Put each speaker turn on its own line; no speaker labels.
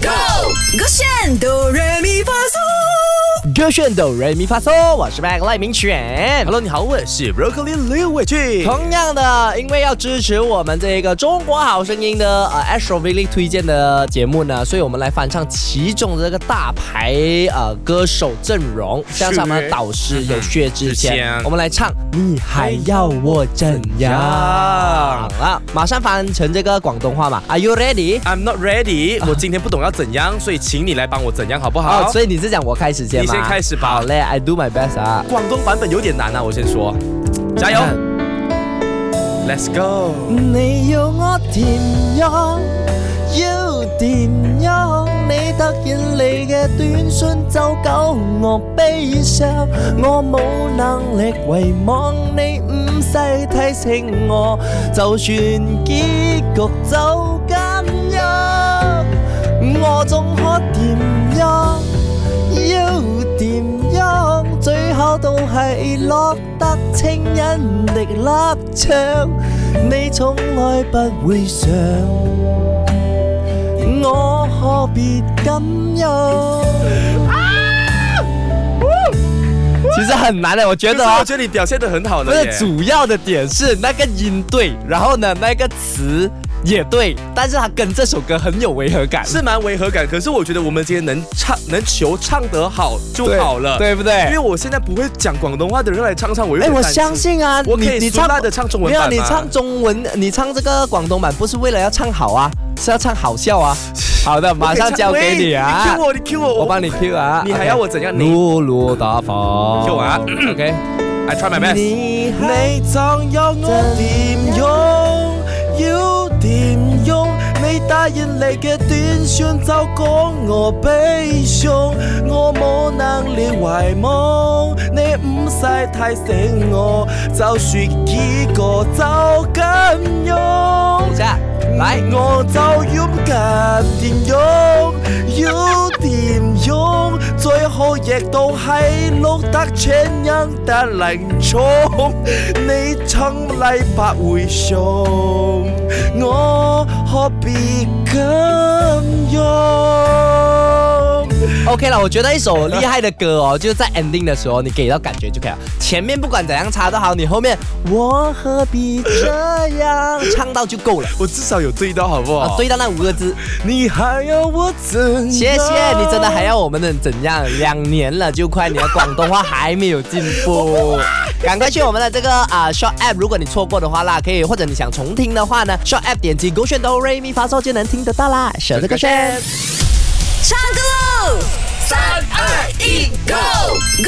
Go，我选哆来咪发嗦。
歌炫抖人民发嗦，我是 Mac 赖明全。
Hello，你好，我是 Broccoli 刘伟俊。
同样的，因为要支持我们这个中国好声音的呃 a s h r o v i l l y 推荐的节目呢，所以我们来翻唱其中的这个大牌呃歌手阵容，加上我们的导师有薛之
之
谦
谦，
我们来唱你还要我怎样啊？马上翻成这个广东话嘛，Are you ready？
I'm not ready，、我今天不懂要怎样，所以请你来帮我怎样好不好？
哦，所以你是讲我开始先吗？
你先开始吧
好嘞，I do my best 啊。
广东版本有点难啊，我先说，加油，Let's go。
你要我點樣？要點樣？你突然嚟嘅短信就搞我悲傷，我冇能力遺忘你，唔使提醒我，就算結局就咁樣，我仲可點樣？要點樣？最後都係落得情人的立場，你從來不會想，我何必咁樣？其实很难的，我觉
可
得
是
哦
我，觉得你表现的很好
不
了耶
是主要的点是那个音对，然后呢那个词也对，但是它跟这首歌很有违和感，
是蛮违和感，可是我觉得我们今天能唱能求唱得好就
对
好了，
对不对？
因为我现在不会讲广东话的人来唱唱，我有
哎，
点
我
担心
相信啊，
我可
你
以
你
俗
唱
辣地唱中文
没有，
版
你
吗
唱中文，你唱这个广东版不是为了要唱好啊，是要唱好笑啊。 好的，马上交给你
喂你
啊
Q，我，你 Q 我，
我帮你 Q 啊。
你还
OK
要我怎 样你
撸撸打法
Q 我 啊
OK。
I try my best。
你
你仲有我點用？要點用？你打人嚟嘅短信就講我悲傷，我冇能力遺忘，你唔使提醒我，就算結果就咁樣。
等一下，来，
我就要夾點用，要點用，最好亦都係錄得情人的零鐘，你從嚟不會想，我何必咁用？
OK 了，我觉得一首厉害的歌哦，就是在 ending 的时候，你给到感觉就可以了。前面不管怎样插都好，你后面我何必这样唱到就够了。
我至少有对到好不
啊，对到那五个字，
你还要我怎样？
谢谢你真的还要我们的怎样？两年了就快，你的广东话还没有进步。赶快去我们的这个啊、Short App，如果你错过的话啦，可以或者你想重听的话呢，Short App 点击勾选哆瑞咪发嗦就能听得到啦。舍这个选。
唱歌喽！三二一，Go！